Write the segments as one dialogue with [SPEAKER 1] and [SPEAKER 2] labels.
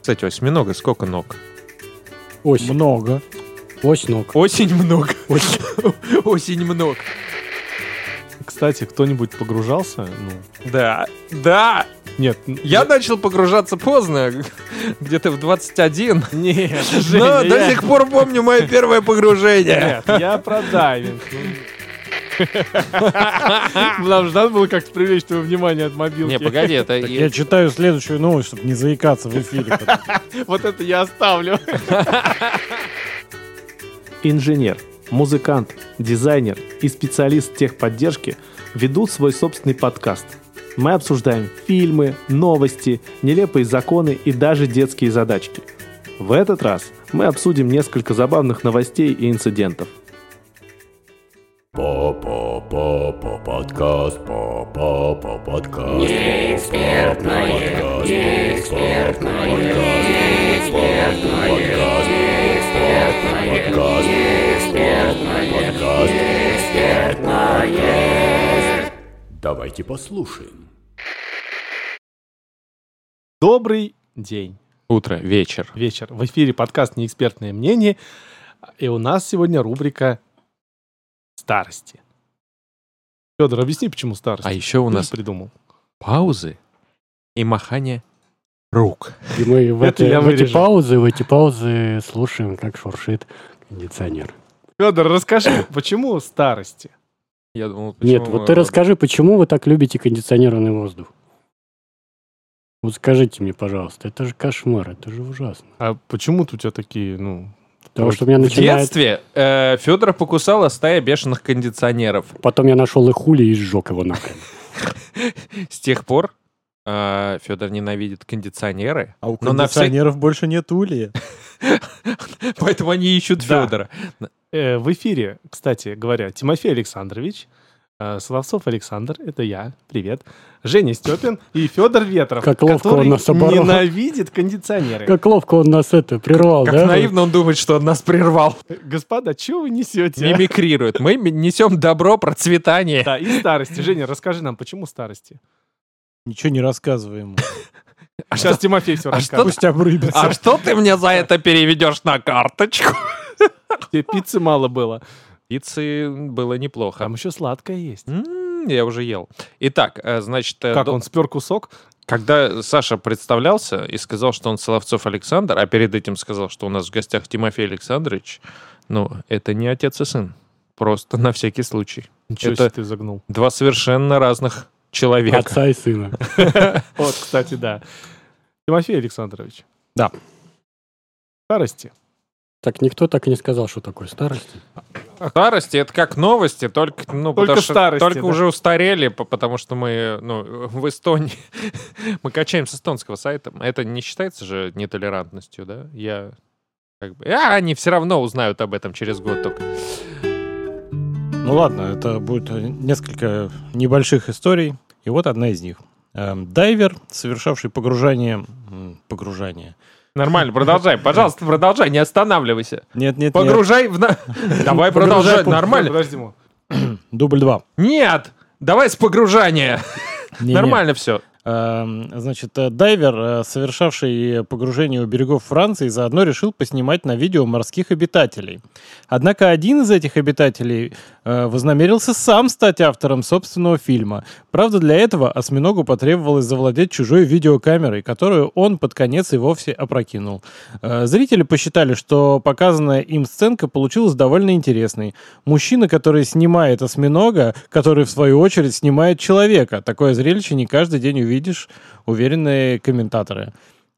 [SPEAKER 1] Кстати, осьминога сколько ног?
[SPEAKER 2] Ось.
[SPEAKER 3] Много.
[SPEAKER 2] Ось ног.
[SPEAKER 1] Осень много. Осень много.
[SPEAKER 3] Кстати, кто-нибудь погружался? Ну,
[SPEAKER 1] Да, да.
[SPEAKER 3] нет. н-
[SPEAKER 1] Я начал погружаться поздно, где-то в 21.
[SPEAKER 3] Нет,
[SPEAKER 1] Но
[SPEAKER 3] Женя,
[SPEAKER 1] до
[SPEAKER 3] я-
[SPEAKER 1] сих пор помню мое первое погружение.
[SPEAKER 3] Нет, я про дайвинг. Нам же надо было как-то привлечь твое внимание от мобилки.
[SPEAKER 4] Не, погоди, это...
[SPEAKER 2] Так
[SPEAKER 4] и-
[SPEAKER 2] я читаю следующую новость, чтобы не заикаться в эфире. потом.
[SPEAKER 3] Вот это я оставлю. Инженер, музыкант, дизайнер и специалист техподдержки ведут свой собственный подкаст. Мы обсуждаем фильмы, новости, нелепые законы и даже детские задачки. В этот раз мы обсудим несколько забавных новостей и инцидентов.
[SPEAKER 5] Папа, подкаст, папа, подкаст. Неэкспертное, неэкспертное, неэкспертное, подкаст, неэкспертное, подкаст, неэкспертное. Давайте послушаем.
[SPEAKER 3] Добрый день,
[SPEAKER 4] Утро, вечер.
[SPEAKER 3] вечер. В эфире подкаст «Неэкспертное мнение», и у нас сегодня рубрика «Старости». Федор, объясни, почему старость?
[SPEAKER 4] А еще у
[SPEAKER 3] Ты же
[SPEAKER 4] нас
[SPEAKER 3] придумал.
[SPEAKER 4] паузы и махание рук.
[SPEAKER 2] И мы в
[SPEAKER 3] Это
[SPEAKER 2] эти-
[SPEAKER 3] я
[SPEAKER 2] в эти
[SPEAKER 3] вырежу.
[SPEAKER 2] паузы, в эти паузы слушаем, как шуршит кондиционер.
[SPEAKER 3] Федор, расскажи, почему старости?
[SPEAKER 4] Я думал, почему...
[SPEAKER 2] Нет, вот ты
[SPEAKER 4] мы-
[SPEAKER 2] расскажи, почему вы так любите кондиционированный воздух? Вот скажите мне, пожалуйста, это же кошмар, это же ужасно.
[SPEAKER 3] А почему тут у тебя такие, ну...
[SPEAKER 2] Потому
[SPEAKER 3] Вот
[SPEAKER 2] что у меня
[SPEAKER 4] В
[SPEAKER 2] начинает...
[SPEAKER 4] детстве э, Федора покусала стая бешеных кондиционеров.
[SPEAKER 2] Потом я нашел и хули и сжег его нахрен.
[SPEAKER 4] С тех пор Федор ненавидит кондиционеры,
[SPEAKER 6] А у
[SPEAKER 4] Но на всяк-
[SPEAKER 6] кондиционеров больше нет улья.
[SPEAKER 4] поэтому они ищут
[SPEAKER 3] Да.
[SPEAKER 4] Федора.
[SPEAKER 3] Э, в эфире, кстати говоря, Тимофей Александрович, э, Соловцов Александр, это я, привет, Женя Степин и Федор Ветров,
[SPEAKER 2] Как ловко
[SPEAKER 3] который
[SPEAKER 2] он нас оборвал.
[SPEAKER 3] ненавидит кондиционеры.
[SPEAKER 2] Как ловко он нас это прервал,
[SPEAKER 4] Как
[SPEAKER 2] да?
[SPEAKER 4] наивно он думает, что он нас прервал.
[SPEAKER 3] Господа, чего вы несете? а?
[SPEAKER 4] Мимикрирует. Мы ми- несем добро, процветание.
[SPEAKER 3] Да, и старости. Женя, расскажи нам, почему старости?
[SPEAKER 6] Ничего не рассказываем.
[SPEAKER 3] А сейчас Тимофей все
[SPEAKER 4] а
[SPEAKER 3] расскажет.
[SPEAKER 6] Пусть обрыбится.
[SPEAKER 4] А что ты мне за это переведешь на карточку?
[SPEAKER 3] Тебе пиццы мало было.
[SPEAKER 4] Пиццы было неплохо.
[SPEAKER 3] Там еще сладкое есть.
[SPEAKER 4] М, Я уже ел. Итак, э, значит, э,
[SPEAKER 3] Как
[SPEAKER 4] до-
[SPEAKER 3] он спер кусок?
[SPEAKER 4] когда Саша представлялся и сказал, что он Соловцов Александр, а перед этим сказал, что у нас в гостях Тимофей Александрович, ну, это не отец и сын. Просто на всякий случай.
[SPEAKER 3] Ничего
[SPEAKER 4] Это-
[SPEAKER 3] себе ты загнул.
[SPEAKER 4] Два совершенно разных человека.
[SPEAKER 2] Отца и сына.
[SPEAKER 3] Вот, кстати, да. Тимофей Александрович.
[SPEAKER 6] Да.
[SPEAKER 3] Старости.
[SPEAKER 2] Так никто так и не сказал, что такое старость.
[SPEAKER 4] Старости это как новости, только ну
[SPEAKER 3] Только
[SPEAKER 4] потому что-
[SPEAKER 3] старости,
[SPEAKER 4] только
[SPEAKER 3] да.
[SPEAKER 4] уже устарели, по- потому что мы ну в Эстонии мы качаем с эстонского сайта. Это не считается же нетолерантностью, да? Я как бы а они все равно узнают об этом через год только.
[SPEAKER 6] Ну ладно, это будет э, несколько небольших историй. И вот одна из них. Эм, Дайвер, совершавший погружение... м, Погружение.
[SPEAKER 4] Нормально, продолжай, пожалуйста, продолжай, не останавливайся.
[SPEAKER 6] Нет, нет, нет.
[SPEAKER 4] Погружай в на- давай продолжай,
[SPEAKER 6] по-
[SPEAKER 4] нормально.
[SPEAKER 3] Подожди, Мо.
[SPEAKER 6] Дубль 2.
[SPEAKER 4] Нет, давай с погружания. Нормально все.
[SPEAKER 6] Эм, Значит, э, дайвер, э, совершавший погружение у берегов Франции, заодно решил поснимать на видео морских обитателей. Однако один из этих обитателей э, вознамерился сам стать автором собственного фильма. Правда, для этого осьминогу потребовалось завладеть чужой видеокамерой, которую он под конец и вовсе опрокинул. Э, Зрители посчитали, что показанная им сценка получилась довольно интересной. Мужчина, который снимает осьминога, который в свою очередь снимает человека. Такое зрелище не каждый день увидишь, уверенные комментаторы.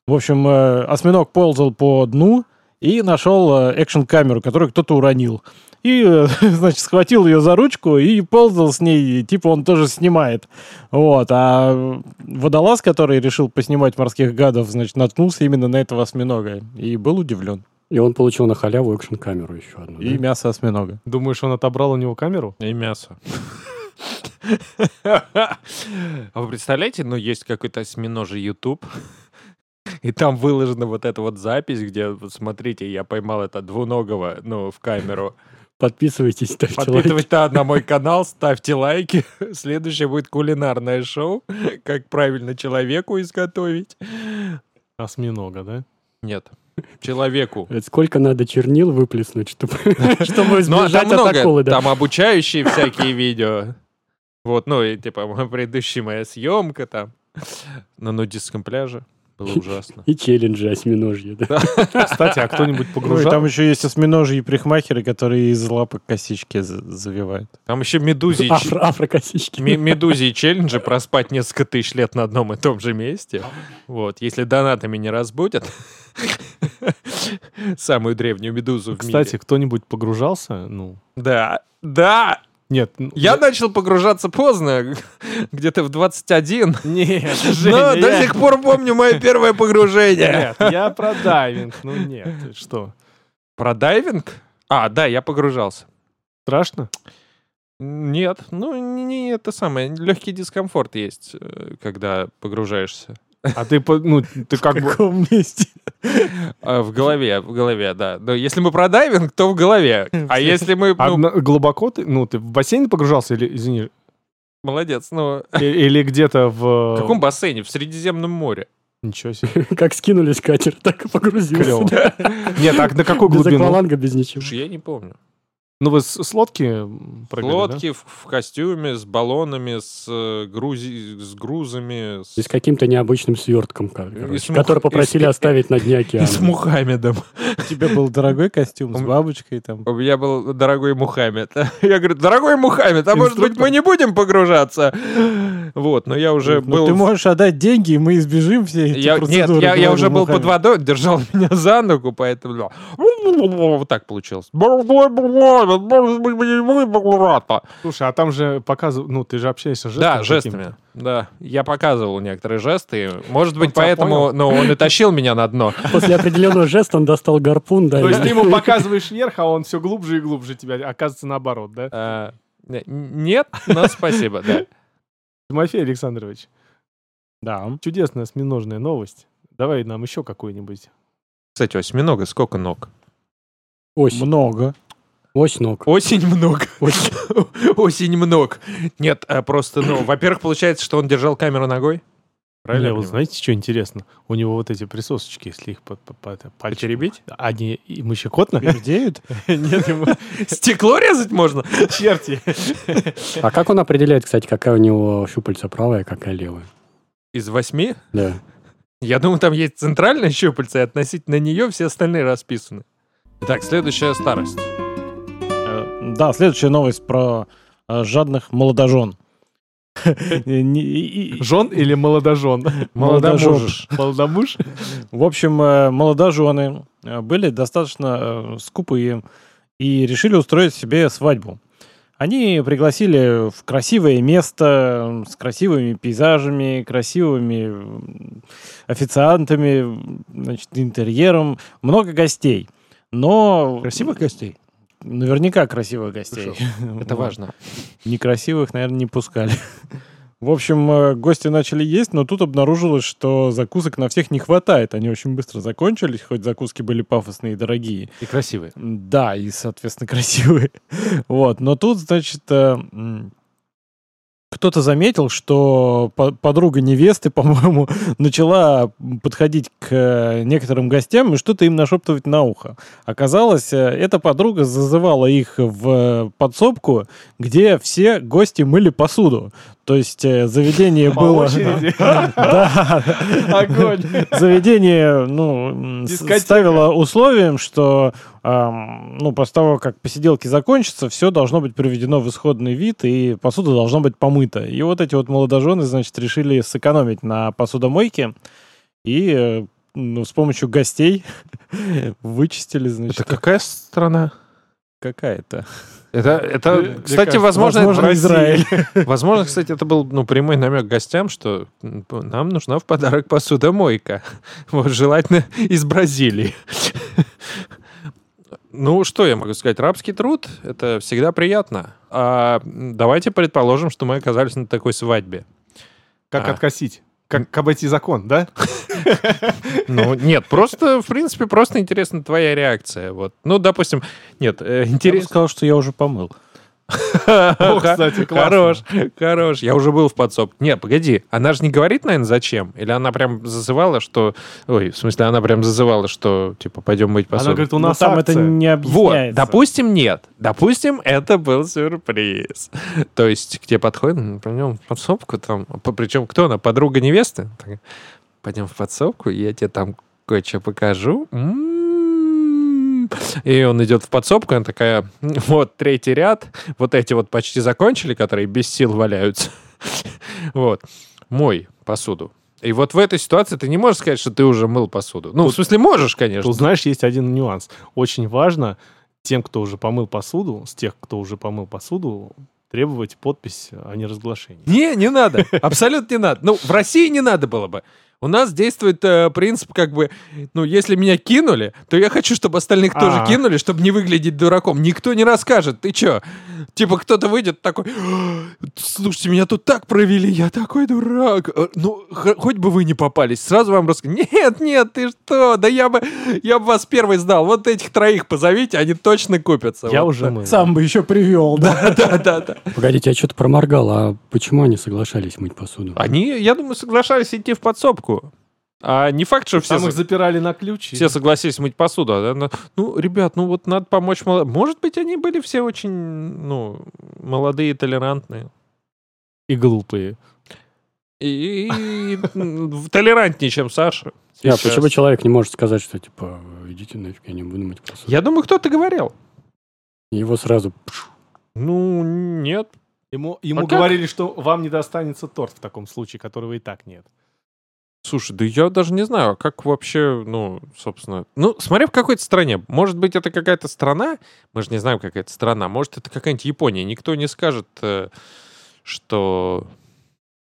[SPEAKER 6] В общем, э, осьминог ползал по дну и нашел э, экшн-камеру, которую кто-то уронил. И, э, значит, схватил ее за ручку и ползал с ней, и типа он тоже снимает. Вот, а водолаз, который решил поснимать морских гадов, значит, наткнулся именно на этого осьминога и был удивлен.
[SPEAKER 2] И он получил на халяву экшн-камеру еще одну. да?
[SPEAKER 6] И мясо осьминога.
[SPEAKER 3] Думаешь, он отобрал у него камеру?
[SPEAKER 4] И мясо. А вы представляете, ну есть какой-то осьминожий YouTube, и там выложена вот эта вот запись, где, вот смотрите, я поймал это двуногого, ну, в камеру.
[SPEAKER 2] Подписывайтесь, ставьте лайки.
[SPEAKER 4] Подпитывать надо на мой канал, ставьте лайки. Следующее будет кулинарное шоу, как правильно человеку изготовить.
[SPEAKER 3] Осьминога, да?
[SPEAKER 4] Нет. Человеку.
[SPEAKER 2] Это сколько надо чернил выплеснуть, чтобы,
[SPEAKER 6] Ну, а
[SPEAKER 2] чтобы
[SPEAKER 4] Но Ну, а там
[SPEAKER 2] избежать от
[SPEAKER 4] много,
[SPEAKER 2] акулы, да?
[SPEAKER 4] там обучающие всякие видео. Вот, ну, и типа моя предыдущая моя съемка там на нудистском пляже. Было ужасно.
[SPEAKER 2] И челленджи осьминожьи, да?
[SPEAKER 3] Кстати, а кто-нибудь
[SPEAKER 6] Ну, и
[SPEAKER 3] погружал?
[SPEAKER 6] там еще есть осьминожьи и прихмахеры, которые из лапок косички за- завивают.
[SPEAKER 4] Там еще медузи, и ч-
[SPEAKER 2] Афро- Афрокосички.
[SPEAKER 4] ме- медузи и челленджи проспать несколько тысяч лет на одном и том же месте. Вот, если донатами не разбудят. Самую древнюю медузу в
[SPEAKER 3] Кстати,
[SPEAKER 4] мире.
[SPEAKER 3] кто-нибудь погружался? Ну,
[SPEAKER 4] Да, да,
[SPEAKER 3] нет. ну,
[SPEAKER 4] Я начал погружаться поздно, где-то в 21.
[SPEAKER 3] Нет,
[SPEAKER 4] Но
[SPEAKER 3] Женя,
[SPEAKER 4] Ну, до
[SPEAKER 3] я-
[SPEAKER 4] сих пор помню мое первое погружение.
[SPEAKER 3] Нет, я про дайвинг. Ну нет, ты что?
[SPEAKER 4] Про дайвинг? А, да, я погружался.
[SPEAKER 3] Страшно?
[SPEAKER 4] Нет, ну не, не это самое, легкий дискомфорт есть, э, когда погружаешься.
[SPEAKER 3] А ты, по- ну, ты как бы...
[SPEAKER 6] каком месте?
[SPEAKER 4] А, в голове, в голове, да. Но если мы про дайвинг, то в голове. А если мы, ну,
[SPEAKER 3] Одна- глубоко ты, ну, ты в бассейн погружался или, извини,
[SPEAKER 4] молодец, ну,
[SPEAKER 3] и- или где-то в...
[SPEAKER 4] в каком бассейне? В Средиземном море.
[SPEAKER 3] Ничего себе,
[SPEAKER 2] Как скинулись катер, так и погрузился.
[SPEAKER 3] клево.
[SPEAKER 2] да.
[SPEAKER 3] Нет, так на какую
[SPEAKER 2] Без
[SPEAKER 3] глубину?
[SPEAKER 2] акваланга, без ничего.
[SPEAKER 4] Слушай, я не помню.
[SPEAKER 3] Ну, вы с, с лодки прыгали, да?
[SPEAKER 4] Лодки в, в костюме, с баллонами, с, э, грузи, с грузами, с,
[SPEAKER 2] И с каким-то необычным свертком, как-
[SPEAKER 4] И
[SPEAKER 2] короче,
[SPEAKER 4] с мух-
[SPEAKER 2] который
[SPEAKER 4] и
[SPEAKER 2] попросили
[SPEAKER 4] с-
[SPEAKER 2] оставить на дне
[SPEAKER 4] и с
[SPEAKER 2] океана.
[SPEAKER 4] Мухаммедом.
[SPEAKER 6] У тебя был дорогой костюм с бабочкой там.
[SPEAKER 4] У меня был дорогой Мухаммед. Я говорю, дорогой Мухаммед, а может быть мы не будем погружаться? Вот, но я уже
[SPEAKER 6] Ну,
[SPEAKER 4] был...
[SPEAKER 6] Ты
[SPEAKER 4] в-
[SPEAKER 6] можешь отдать деньги, и мы избежим все эти
[SPEAKER 4] Я, нет,
[SPEAKER 6] процедуры.
[SPEAKER 4] я, я
[SPEAKER 6] дорогой
[SPEAKER 4] уже был под
[SPEAKER 6] Мухаммед.
[SPEAKER 4] водой, держал меня за ногу, поэтому... Вот так получилось. Может быть, мне не будем погружаться?
[SPEAKER 3] Слушай, а там же показывают, ну, ты же общаешься с жестами.
[SPEAKER 4] Да, жестами.
[SPEAKER 3] какими-то.
[SPEAKER 4] Да, я показывал некоторые жесты. Может быть,
[SPEAKER 3] тебя
[SPEAKER 4] поэтому...
[SPEAKER 3] понял?
[SPEAKER 4] Но он и тащил меня на дно.
[SPEAKER 2] После определенного жеста он достал гарпун, да.
[SPEAKER 3] То
[SPEAKER 2] и-
[SPEAKER 3] есть ты ему показываешь вверх, а он все глубже и глубже тебя, оказывается, наоборот, да?
[SPEAKER 4] А, н- Нет, но спасибо, да.
[SPEAKER 3] Тимофей Александрович,
[SPEAKER 6] Да.
[SPEAKER 3] чудесная осьминожная новость. Давай нам еще какую-нибудь.
[SPEAKER 4] Кстати, осьминога сколько ног?
[SPEAKER 2] Ось,
[SPEAKER 6] Много.
[SPEAKER 2] ось ног.
[SPEAKER 4] Осень много. Осень много. Нет, а просто, ну, во-первых, получается, что он держал камеру ногой. Правильно?
[SPEAKER 3] Бля,
[SPEAKER 4] я
[SPEAKER 3] вот
[SPEAKER 4] понимаю?
[SPEAKER 3] знаете, что интересно? У него вот эти присосочки, если их по- по- по- это, пальчиком-
[SPEAKER 4] Потеребить?
[SPEAKER 3] Они ему щекотно?
[SPEAKER 6] Бердеют?
[SPEAKER 3] Нет, ему
[SPEAKER 4] Стекло резать можно?
[SPEAKER 3] черти.
[SPEAKER 2] А как он определяет, кстати, какая у него щупальца правая, а какая левая?
[SPEAKER 4] Из восьми?
[SPEAKER 2] Да.
[SPEAKER 4] Я думаю, там есть центральная щупальца, и относительно нее все остальные расписаны. Так, следующая старость.
[SPEAKER 6] Э, Да, следующая новость про э, жадных молодожен. Не- и- и-
[SPEAKER 3] Жен или молодожен?
[SPEAKER 6] Молодожен.
[SPEAKER 3] Молодомуж?
[SPEAKER 6] В общем, э, молодожены э, были достаточно э, скупые и решили устроить себе свадьбу. Они пригласили в красивое место э, с красивыми пейзажами, красивыми м, официантами, м, значит, интерьером, много гостей. Но...
[SPEAKER 3] Красивых
[SPEAKER 6] гостей? Наверняка красивых гостей.
[SPEAKER 4] Это
[SPEAKER 6] Вот.
[SPEAKER 4] важно.
[SPEAKER 6] Некрасивых, наверное, не пускали. В общем, э, гости начали есть, но тут обнаружилось, что закусок на всех не хватает. Они очень быстро закончились, хоть закуски были пафосные и дорогие.
[SPEAKER 4] И красивые.
[SPEAKER 6] М, Да, и, соответственно, красивые. Вот, но тут, значит, э, м, кто-то заметил, что по- подруга невесты, по-моему, начала подходить к э, некоторым гостям и что-то им нашептывать на ухо. Оказалось, э, эта подруга зазывала их в э, подсобку, где все гости мыли посуду. То есть э, заведение
[SPEAKER 3] По
[SPEAKER 6] было...
[SPEAKER 3] очереди.
[SPEAKER 6] Да,
[SPEAKER 3] Огонь.
[SPEAKER 6] заведение ну, м, с-
[SPEAKER 3] Дискотека.
[SPEAKER 6] ставило условием, что ам, ну, после того, как посиделки закончатся, все должно быть приведено в исходный вид, и посуда должна быть помыта. И вот эти вот молодожены, значит, решили сэкономить на посудомойке, и э, ну, с помощью гостей вычистили, значит,
[SPEAKER 4] Это какая страна?
[SPEAKER 6] какая-то.
[SPEAKER 4] Это, это,
[SPEAKER 3] Мне
[SPEAKER 4] кстати,
[SPEAKER 3] кажется,
[SPEAKER 4] возможно,
[SPEAKER 6] возможно,
[SPEAKER 4] это-
[SPEAKER 6] Израиль.
[SPEAKER 4] Возможно, кстати, это был ну, прямой намек гостям, что м, п- нам нужна в подарок посудомойка. Вот, желательно из Бразилии. Ну, что я могу сказать? Рабский труд — это всегда приятно. А, м, давайте предположим, что мы оказались на такой свадьбе.
[SPEAKER 3] Как
[SPEAKER 4] А.
[SPEAKER 3] откосить? Как как обойти закон, да?
[SPEAKER 4] Ну, нет, просто, в принципе, просто интересна твоя реакция. Вот. Ну, допустим, нет, э,
[SPEAKER 6] Я бы
[SPEAKER 4] интерес...
[SPEAKER 6] сказал, что я уже помыл.
[SPEAKER 4] кстати, Хорош, хорош. Я уже был в подсобке. Не, погоди, она же не говорит, наверное, зачем? Или она прям зазывала, что... Ой, в смысле, она прям зазывала, что, типа, пойдем мыть
[SPEAKER 3] Она
[SPEAKER 4] посуду.
[SPEAKER 3] говорит, у
[SPEAKER 6] Но
[SPEAKER 3] нас
[SPEAKER 6] Ну, там это
[SPEAKER 3] акция.
[SPEAKER 6] не
[SPEAKER 4] Вот,
[SPEAKER 6] объясняется.
[SPEAKER 4] допустим, нет. Допустим, это был сюрприз. То есть, к тебе подходит, ну, пойдем в подсобку там. П- Причем, кто она, подруга невесты? Так, Пойдем в подсобку, я тебе там кое-что покажу. М-м. И он идет в подсобку, она такая, вот третий ряд, вот эти вот почти закончили, которые без сил валяются. Вот, мой посуду. И вот в этой ситуации ты не можешь сказать, что ты уже мыл посуду. Ну, в смысле, можешь, конечно.
[SPEAKER 3] Тут, знаешь, есть один нюанс. Очень важно тем, кто уже помыл посуду, с тех, кто уже помыл посуду, требовать подпись а о неразглашении.
[SPEAKER 4] Не, не надо. Абсолютно не надо. Ну, в России не надо было бы. У нас действует э, принцип, как бы, ну, если меня кинули, то я хочу, чтобы остальных тоже
[SPEAKER 3] А.
[SPEAKER 4] кинули, чтобы не выглядеть дураком. Никто не расскажет, ты чё? Типа кто-то выйдет такой, «А, слушайте, меня тут так провели, я такой дурак. Э, Ну, х- хоть бы вы не попались, сразу вам расскажу. Нет, нет, ты что? Да я бы, я бы вас первый сдал. Вот этих троих позовите, они точно купятся.
[SPEAKER 3] Я
[SPEAKER 4] Вот
[SPEAKER 3] уже
[SPEAKER 4] так.
[SPEAKER 3] мыл.
[SPEAKER 6] Сам бы еще привел, да?
[SPEAKER 4] Да, да, да.
[SPEAKER 2] Погодите, я что-то проморгал, а почему они соглашались мыть посуду?
[SPEAKER 4] Они, я думаю, соглашались идти в подсобку. А не факт, что все,
[SPEAKER 3] Ну, Там их
[SPEAKER 4] сог-
[SPEAKER 3] запирали на ключ. и-
[SPEAKER 4] все согласились мыть посуду. а, да, ну, ну, ребят, ну вот надо помочь мало- Может быть, они были все очень, ну, молодые, толерантные.
[SPEAKER 3] И глупые.
[SPEAKER 4] И, и- и, м, толерантнее, чем Саша.
[SPEAKER 2] Я,
[SPEAKER 4] сейчас.
[SPEAKER 2] почему человек не может сказать, что типа идите нафиг, я не буду мыть посуду?
[SPEAKER 4] Я думаю, кто-то говорил.
[SPEAKER 2] Его сразу пш,
[SPEAKER 4] Ну, нет.
[SPEAKER 3] Ему, ему
[SPEAKER 4] как?
[SPEAKER 3] говорили, что вам не достанется торт в таком случае, которого и так нет.
[SPEAKER 4] Слушай, да я даже не знаю, а как вообще, ну, собственно... Ну, смотря в какой-то стране. Может быть, это какая-то страна, мы же не знаем, какая это страна. Может, это какая-нибудь Япония. Никто не скажет, э, что...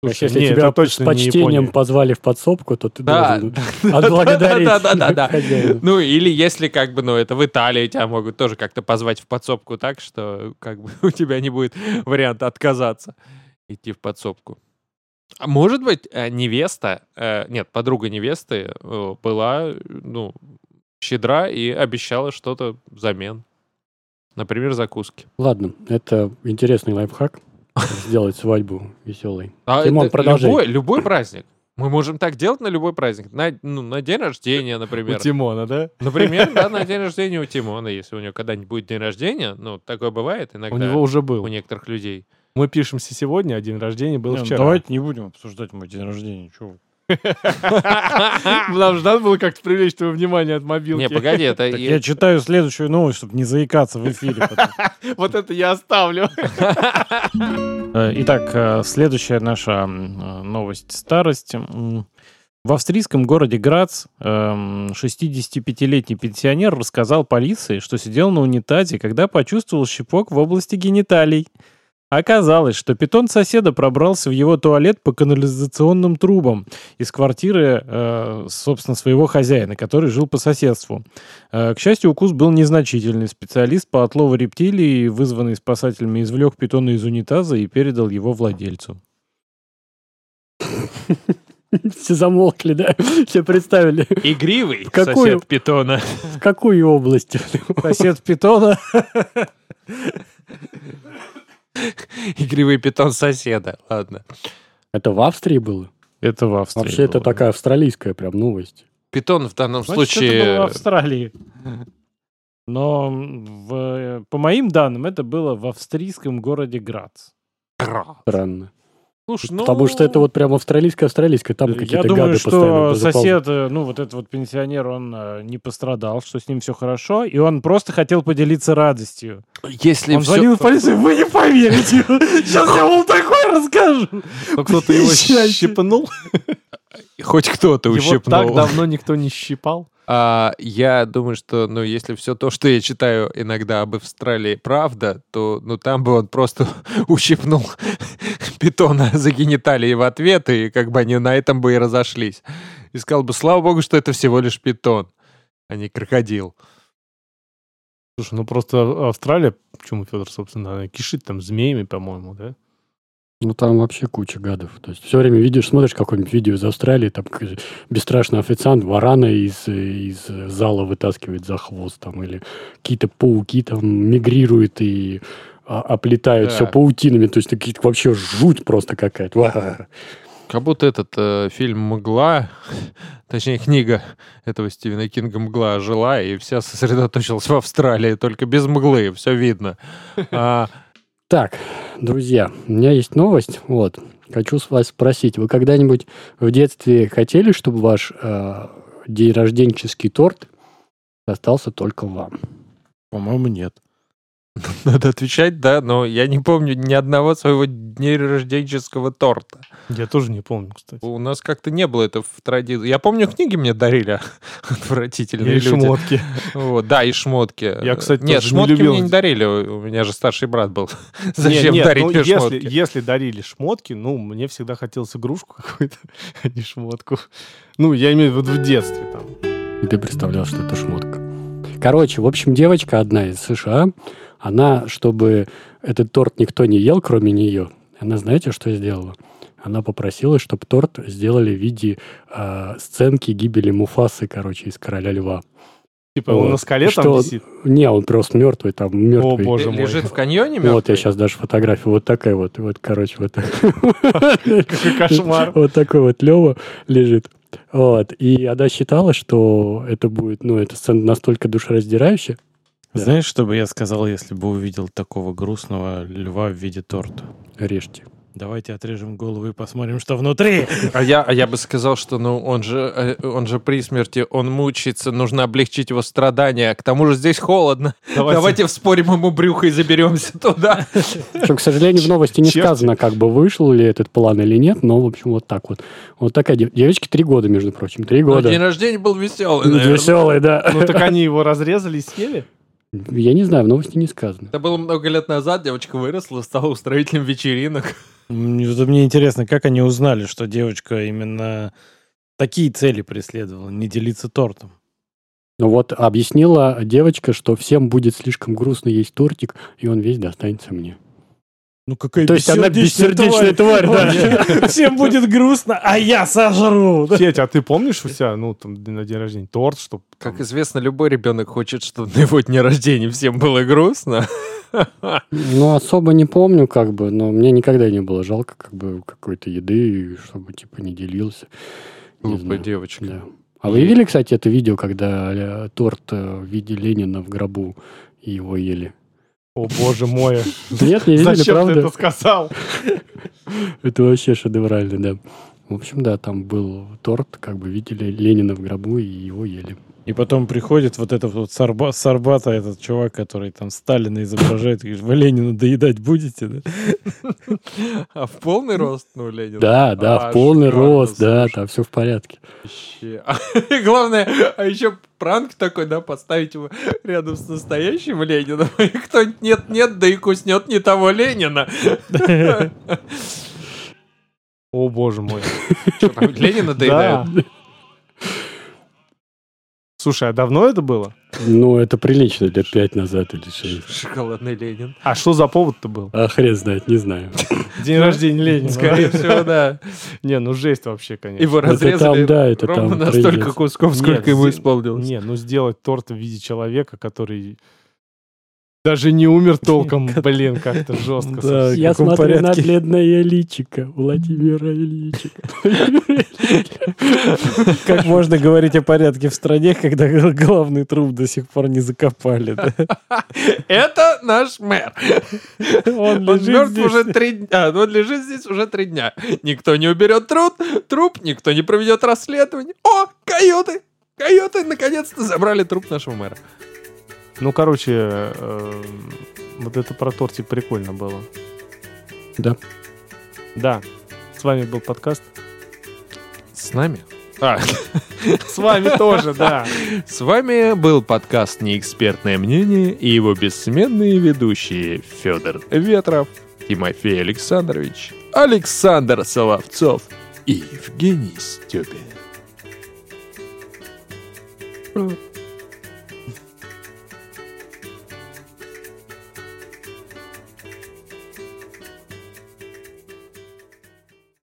[SPEAKER 2] Вообще, если
[SPEAKER 3] не,
[SPEAKER 2] тебя
[SPEAKER 3] это точно
[SPEAKER 2] с
[SPEAKER 3] не
[SPEAKER 2] почтением
[SPEAKER 3] Япония.
[SPEAKER 2] позвали в подсобку, то ты
[SPEAKER 4] Да,
[SPEAKER 2] должен отблагодарить
[SPEAKER 4] да, да, да, да.
[SPEAKER 2] хозяина.
[SPEAKER 4] Ну, или если как бы, ну, это в Италии тебя могут тоже как-то позвать в подсобку так, что как бы у тебя не будет варианта отказаться идти в подсобку. А может быть, э, невеста, э, нет, подруга невесты э, была, э, ну, щедра и обещала что-то взамен. Например, закуски.
[SPEAKER 2] Ладно, это интересный лайфхак. Сделать свадьбу веселой.
[SPEAKER 4] А
[SPEAKER 2] Тимон,
[SPEAKER 4] это
[SPEAKER 2] продолжай.
[SPEAKER 4] Любой, любой праздник. Мы можем так делать на любой праздник. На, ну, на день рождения,
[SPEAKER 3] У
[SPEAKER 4] например.
[SPEAKER 3] Тимона, да?
[SPEAKER 4] Например, да, на день рождения у Тимона, если у него когда-нибудь будет день рождения, ну, такое бывает иногда
[SPEAKER 3] У него уже
[SPEAKER 4] у
[SPEAKER 3] был.
[SPEAKER 4] некоторых людей.
[SPEAKER 3] Мы пишемся сегодня, а день рождения был
[SPEAKER 6] Не, ну
[SPEAKER 3] вчера.
[SPEAKER 6] Давайте не будем обсуждать мой день рождения. чё вы.
[SPEAKER 3] Нам же надо было как-то привлечь твое внимание от мобилки.
[SPEAKER 4] Не, погоди, это...
[SPEAKER 6] Так
[SPEAKER 4] и-
[SPEAKER 6] я читаю следующую новость, чтобы не заикаться в эфире. потом.
[SPEAKER 3] Вот это я оставлю.
[SPEAKER 6] Э, Итак, э, следующая наша м, э, новость старости. М, В австрийском городе Грац эм, 65-летний пенсионер рассказал полиции, что сидел на унитазе, когда почувствовал щипок в области гениталий. Оказалось, что питон соседа пробрался в его туалет по канализационным трубам из квартиры, э, собственно, своего хозяина, который жил по соседству. Э, К счастью, укус был незначительный. Специалист по отлову рептилий, вызванный спасателями, извлек питона из унитаза и передал его владельцу.
[SPEAKER 2] Все замолкли, да? Все представили,
[SPEAKER 4] Игривый
[SPEAKER 2] какую?
[SPEAKER 4] сосед питона.
[SPEAKER 2] в какую область.
[SPEAKER 6] Сосед питона.
[SPEAKER 4] Игривый питон соседа. Ладно.
[SPEAKER 2] Это в Австрии было?
[SPEAKER 6] Это в Австрии.
[SPEAKER 2] Вообще, это
[SPEAKER 6] было.
[SPEAKER 2] такая австралийская прям новость.
[SPEAKER 4] Питон в данном
[SPEAKER 6] Значит, это было в
[SPEAKER 4] случае...
[SPEAKER 6] Австралии. Но м, в- по моим данным, это было в австрийском городе Грац.
[SPEAKER 2] Странно.
[SPEAKER 4] Слушай, ну...
[SPEAKER 2] Потому что это вот прям австралийское-австралийское. Там
[SPEAKER 6] Я
[SPEAKER 2] какие-то
[SPEAKER 6] думаю,
[SPEAKER 2] гады
[SPEAKER 6] что
[SPEAKER 2] постоянно заползают.
[SPEAKER 6] сосед, э, ну вот этот вот пенсионер, он э, не пострадал, что с ним все хорошо, и он просто хотел поделиться радостью.
[SPEAKER 4] Если
[SPEAKER 6] Он
[SPEAKER 4] всё-
[SPEAKER 6] звонил в полицию, вы не поверите. Сейчас я вам такое расскажу.
[SPEAKER 3] Но кто-то его
[SPEAKER 6] Счастье.
[SPEAKER 3] щипнул.
[SPEAKER 4] Хоть кто-то
[SPEAKER 3] Его так
[SPEAKER 4] ущипнул.
[SPEAKER 3] давно никто не щипал.
[SPEAKER 4] А, я думаю, что, ну, если все то, что я читаю иногда об Австралии, правда, то, ну, там бы он просто ущипнул питона за гениталии в ответ, и как бы они на этом бы и разошлись. И сказал бы, слава богу, что это всего лишь питон, а не крокодил.
[SPEAKER 3] Слушай, ну просто Австралия, почему Федор, собственно, она кишит там змеями, по-моему, да?
[SPEAKER 2] Ну, там вообще куча гадов. То есть все время видишь, смотришь какое-нибудь видео из Австралии, там к- бесстрашный официант варана из, э, из э, зала вытаскивает за хвост, там, или какие-то пауки там мигрируют и э, а- оплетают
[SPEAKER 4] Да.
[SPEAKER 2] все паутинами. То есть такие вообще жуть просто какая-то. Ва.
[SPEAKER 4] Как будто этот э, фильм «Мгла», точнее, книга этого Стивена Кинга «Мгла» жила, и вся сосредоточилась в Австралии, только без мглы, все видно. А,
[SPEAKER 2] Так, друзья, у меня есть новость. Вот. Хочу с вас спросить, вы когда-нибудь в детстве хотели, чтобы ваш э, день рожденческий торт достался только вам?
[SPEAKER 6] По-моему, нет.
[SPEAKER 4] надо отвечать, да, но я не помню ни одного своего дня рожденческого торта.
[SPEAKER 3] Я тоже не помню, кстати.
[SPEAKER 4] У нас как-то не было это в традиции. Я помню, книги мне дарили
[SPEAKER 3] Я
[SPEAKER 4] отвратительные
[SPEAKER 3] и
[SPEAKER 4] люди.
[SPEAKER 3] шмотки.
[SPEAKER 4] Вот, да, и шмотки.
[SPEAKER 3] Я, кстати,
[SPEAKER 4] Нет,
[SPEAKER 3] тоже не
[SPEAKER 4] шмотки
[SPEAKER 3] любил
[SPEAKER 4] мне не
[SPEAKER 3] эти.
[SPEAKER 4] дарили, у у меня же старший брат был. Зачем
[SPEAKER 3] Не, не,
[SPEAKER 4] дарить
[SPEAKER 3] ну,
[SPEAKER 4] мне
[SPEAKER 3] если,
[SPEAKER 4] шмотки?
[SPEAKER 3] если дарили шмотки, ну, мне всегда хотелось игрушку какую-то, а не шмотку. Ну, я имею в виду в детстве там.
[SPEAKER 2] И ты представлял, что это шмотка. Короче, в общем, девочка одна из США, она, чтобы этот торт никто не ел, кроме нее, она, знаете, что сделала? Она попросила, чтобы торт сделали в виде э, сценки гибели Муфасы, короче, из «Короля льва».
[SPEAKER 3] Типа он
[SPEAKER 2] Вот.
[SPEAKER 3] на скале там
[SPEAKER 2] Что-
[SPEAKER 3] висит.
[SPEAKER 2] Не, он просто мертвый, там мертвый.
[SPEAKER 3] боже
[SPEAKER 4] Э,
[SPEAKER 3] мой.
[SPEAKER 4] Лежит в каньоне
[SPEAKER 2] Вот я
[SPEAKER 4] мёртвый?
[SPEAKER 2] сейчас даже фотографию. Вот такая вот. Вот, короче, вот так.
[SPEAKER 3] Какой кошмар.
[SPEAKER 2] Вот такой вот Лева лежит. Вот. И она считала, что это будет, ну, эта сцена настолько душераздирающая. Да.
[SPEAKER 6] Знаешь, что бы я сказал, если бы увидел такого грустного льва в виде торта?
[SPEAKER 2] Режьте.
[SPEAKER 6] Давайте отрежем голову и посмотрим, что внутри.
[SPEAKER 4] А я, а я бы сказал, что ну он же, э, он же при смерти, он мучается, нужно облегчить его страдания. К тому же здесь холодно. Давайте, вспорим ему брюхо и заберемся туда.
[SPEAKER 2] Что, к сожалению, в новости не
[SPEAKER 3] Черти.
[SPEAKER 2] сказано, как бы вышел ли этот план или нет, но, в общем, вот так вот. Вот такая дев- девочке три года, между прочим, три
[SPEAKER 4] Но день
[SPEAKER 2] года.
[SPEAKER 4] рождения был веселый, наверное.
[SPEAKER 2] Веселый, да.
[SPEAKER 3] Ну так они его разрезали и съели?
[SPEAKER 2] Я не знаю, в новости не сказано.
[SPEAKER 4] Это было много лет назад, девочка выросла, стала устроителем вечеринок.
[SPEAKER 6] М, вот Мне интересно, как они узнали, что девочка именно такие цели преследовала, не делиться тортом.
[SPEAKER 2] Ну вот объяснила девочка, что всем будет слишком грустно есть тортик, и он весь достанется мне.
[SPEAKER 6] Ну какая
[SPEAKER 2] То есть она бессердечная тварь, да.
[SPEAKER 6] да. Всем будет грустно, а я сожру. да.
[SPEAKER 3] Федь, а ты помнишь у себя, ну, там, на день рождения, торт, что...
[SPEAKER 4] Как известно, любой ребенок хочет, чтобы на его дне рождения всем было грустно.
[SPEAKER 2] Ну, особо не помню, как бы, но мне никогда не было жалко, как бы, какой-то еды, и чтобы, типа, не делился. Не
[SPEAKER 4] Глупая
[SPEAKER 2] знаю,
[SPEAKER 4] девочка.
[SPEAKER 2] да. А вы видели, кстати, это видео, когда э, торт э, в виде Ленина в гробу и его ели?
[SPEAKER 3] О, боже мой.
[SPEAKER 2] Нет, не видели,
[SPEAKER 3] Зачем ты
[SPEAKER 2] правда?
[SPEAKER 3] это сказал?
[SPEAKER 2] Это вообще шедеврально, да. В общем, да, там был торт, как бы видели Ленина в гробу и его ели.
[SPEAKER 6] И потом приходит вот этот вот Сарба- Сарбата, этот чувак, который там Сталина изображает, и говорит, вы Ленина доедать будете, да?
[SPEAKER 4] А в полный рост, ну, Ленин.
[SPEAKER 2] Да, да,
[SPEAKER 4] А,
[SPEAKER 2] в полный
[SPEAKER 4] шикарно,
[SPEAKER 2] рост, да,
[SPEAKER 4] слушай.
[SPEAKER 2] там все в порядке.
[SPEAKER 4] Вообще. И главное, а еще пранк такой, да, поставить его рядом с настоящим Лениным, и кто-нибудь нет-нет, да и куснет не того Ленина.
[SPEAKER 3] О, боже мой.
[SPEAKER 4] Чё, прям Ленина
[SPEAKER 3] Да.
[SPEAKER 4] доедают?
[SPEAKER 3] Слушай, а давно это было?
[SPEAKER 2] Ну, это прилично, лет пять назад или шесть.
[SPEAKER 4] Шоколадный Ленин.
[SPEAKER 3] А что за повод-то был?
[SPEAKER 2] А хрен знает, не знаю.
[SPEAKER 3] День рождения
[SPEAKER 2] Ну
[SPEAKER 3] Ленина.
[SPEAKER 4] Скорее всего, да.
[SPEAKER 3] да? Не, ну жесть вообще, конечно.
[SPEAKER 4] Его
[SPEAKER 2] Это
[SPEAKER 4] разрезали
[SPEAKER 2] там, да, это
[SPEAKER 4] ровно
[SPEAKER 2] там
[SPEAKER 4] настолько
[SPEAKER 2] трындец.
[SPEAKER 4] кусков, сколько
[SPEAKER 3] Нет,
[SPEAKER 4] ему
[SPEAKER 3] зи-
[SPEAKER 4] исполнилось.
[SPEAKER 3] Не, ну сделать торт в виде человека, который даже не умер толком, блин, как-то жестко.
[SPEAKER 6] Да.
[SPEAKER 3] совсем.
[SPEAKER 2] Я
[SPEAKER 6] каком
[SPEAKER 2] смотрю на
[SPEAKER 6] порядке?
[SPEAKER 2] бледное личико Владимира Ильича.
[SPEAKER 6] Как можно говорить о порядке в стране, когда главный труп до сих пор не закопали? да?
[SPEAKER 4] Это наш мэр.
[SPEAKER 6] Он
[SPEAKER 4] Он
[SPEAKER 6] лежит
[SPEAKER 4] мертв
[SPEAKER 6] здесь.
[SPEAKER 4] уже три дня. А, Он лежит здесь уже три дня. Никто не уберет труд, труп, никто не проведет расследование. О, койоты! Койоты наконец-то забрали труп нашего мэра.
[SPEAKER 3] Ну, короче, э, вот это про тортик прикольно было.
[SPEAKER 2] Да.
[SPEAKER 3] Да. С вами был подкаст.
[SPEAKER 4] С нами? А,
[SPEAKER 3] С вами тоже, да.
[SPEAKER 4] с вами был подкаст «Неэкспертное мнение» и его бессменные ведущие Федор Ветров, Тимофей Александрович, Александр Соловцов и Евгений Степин.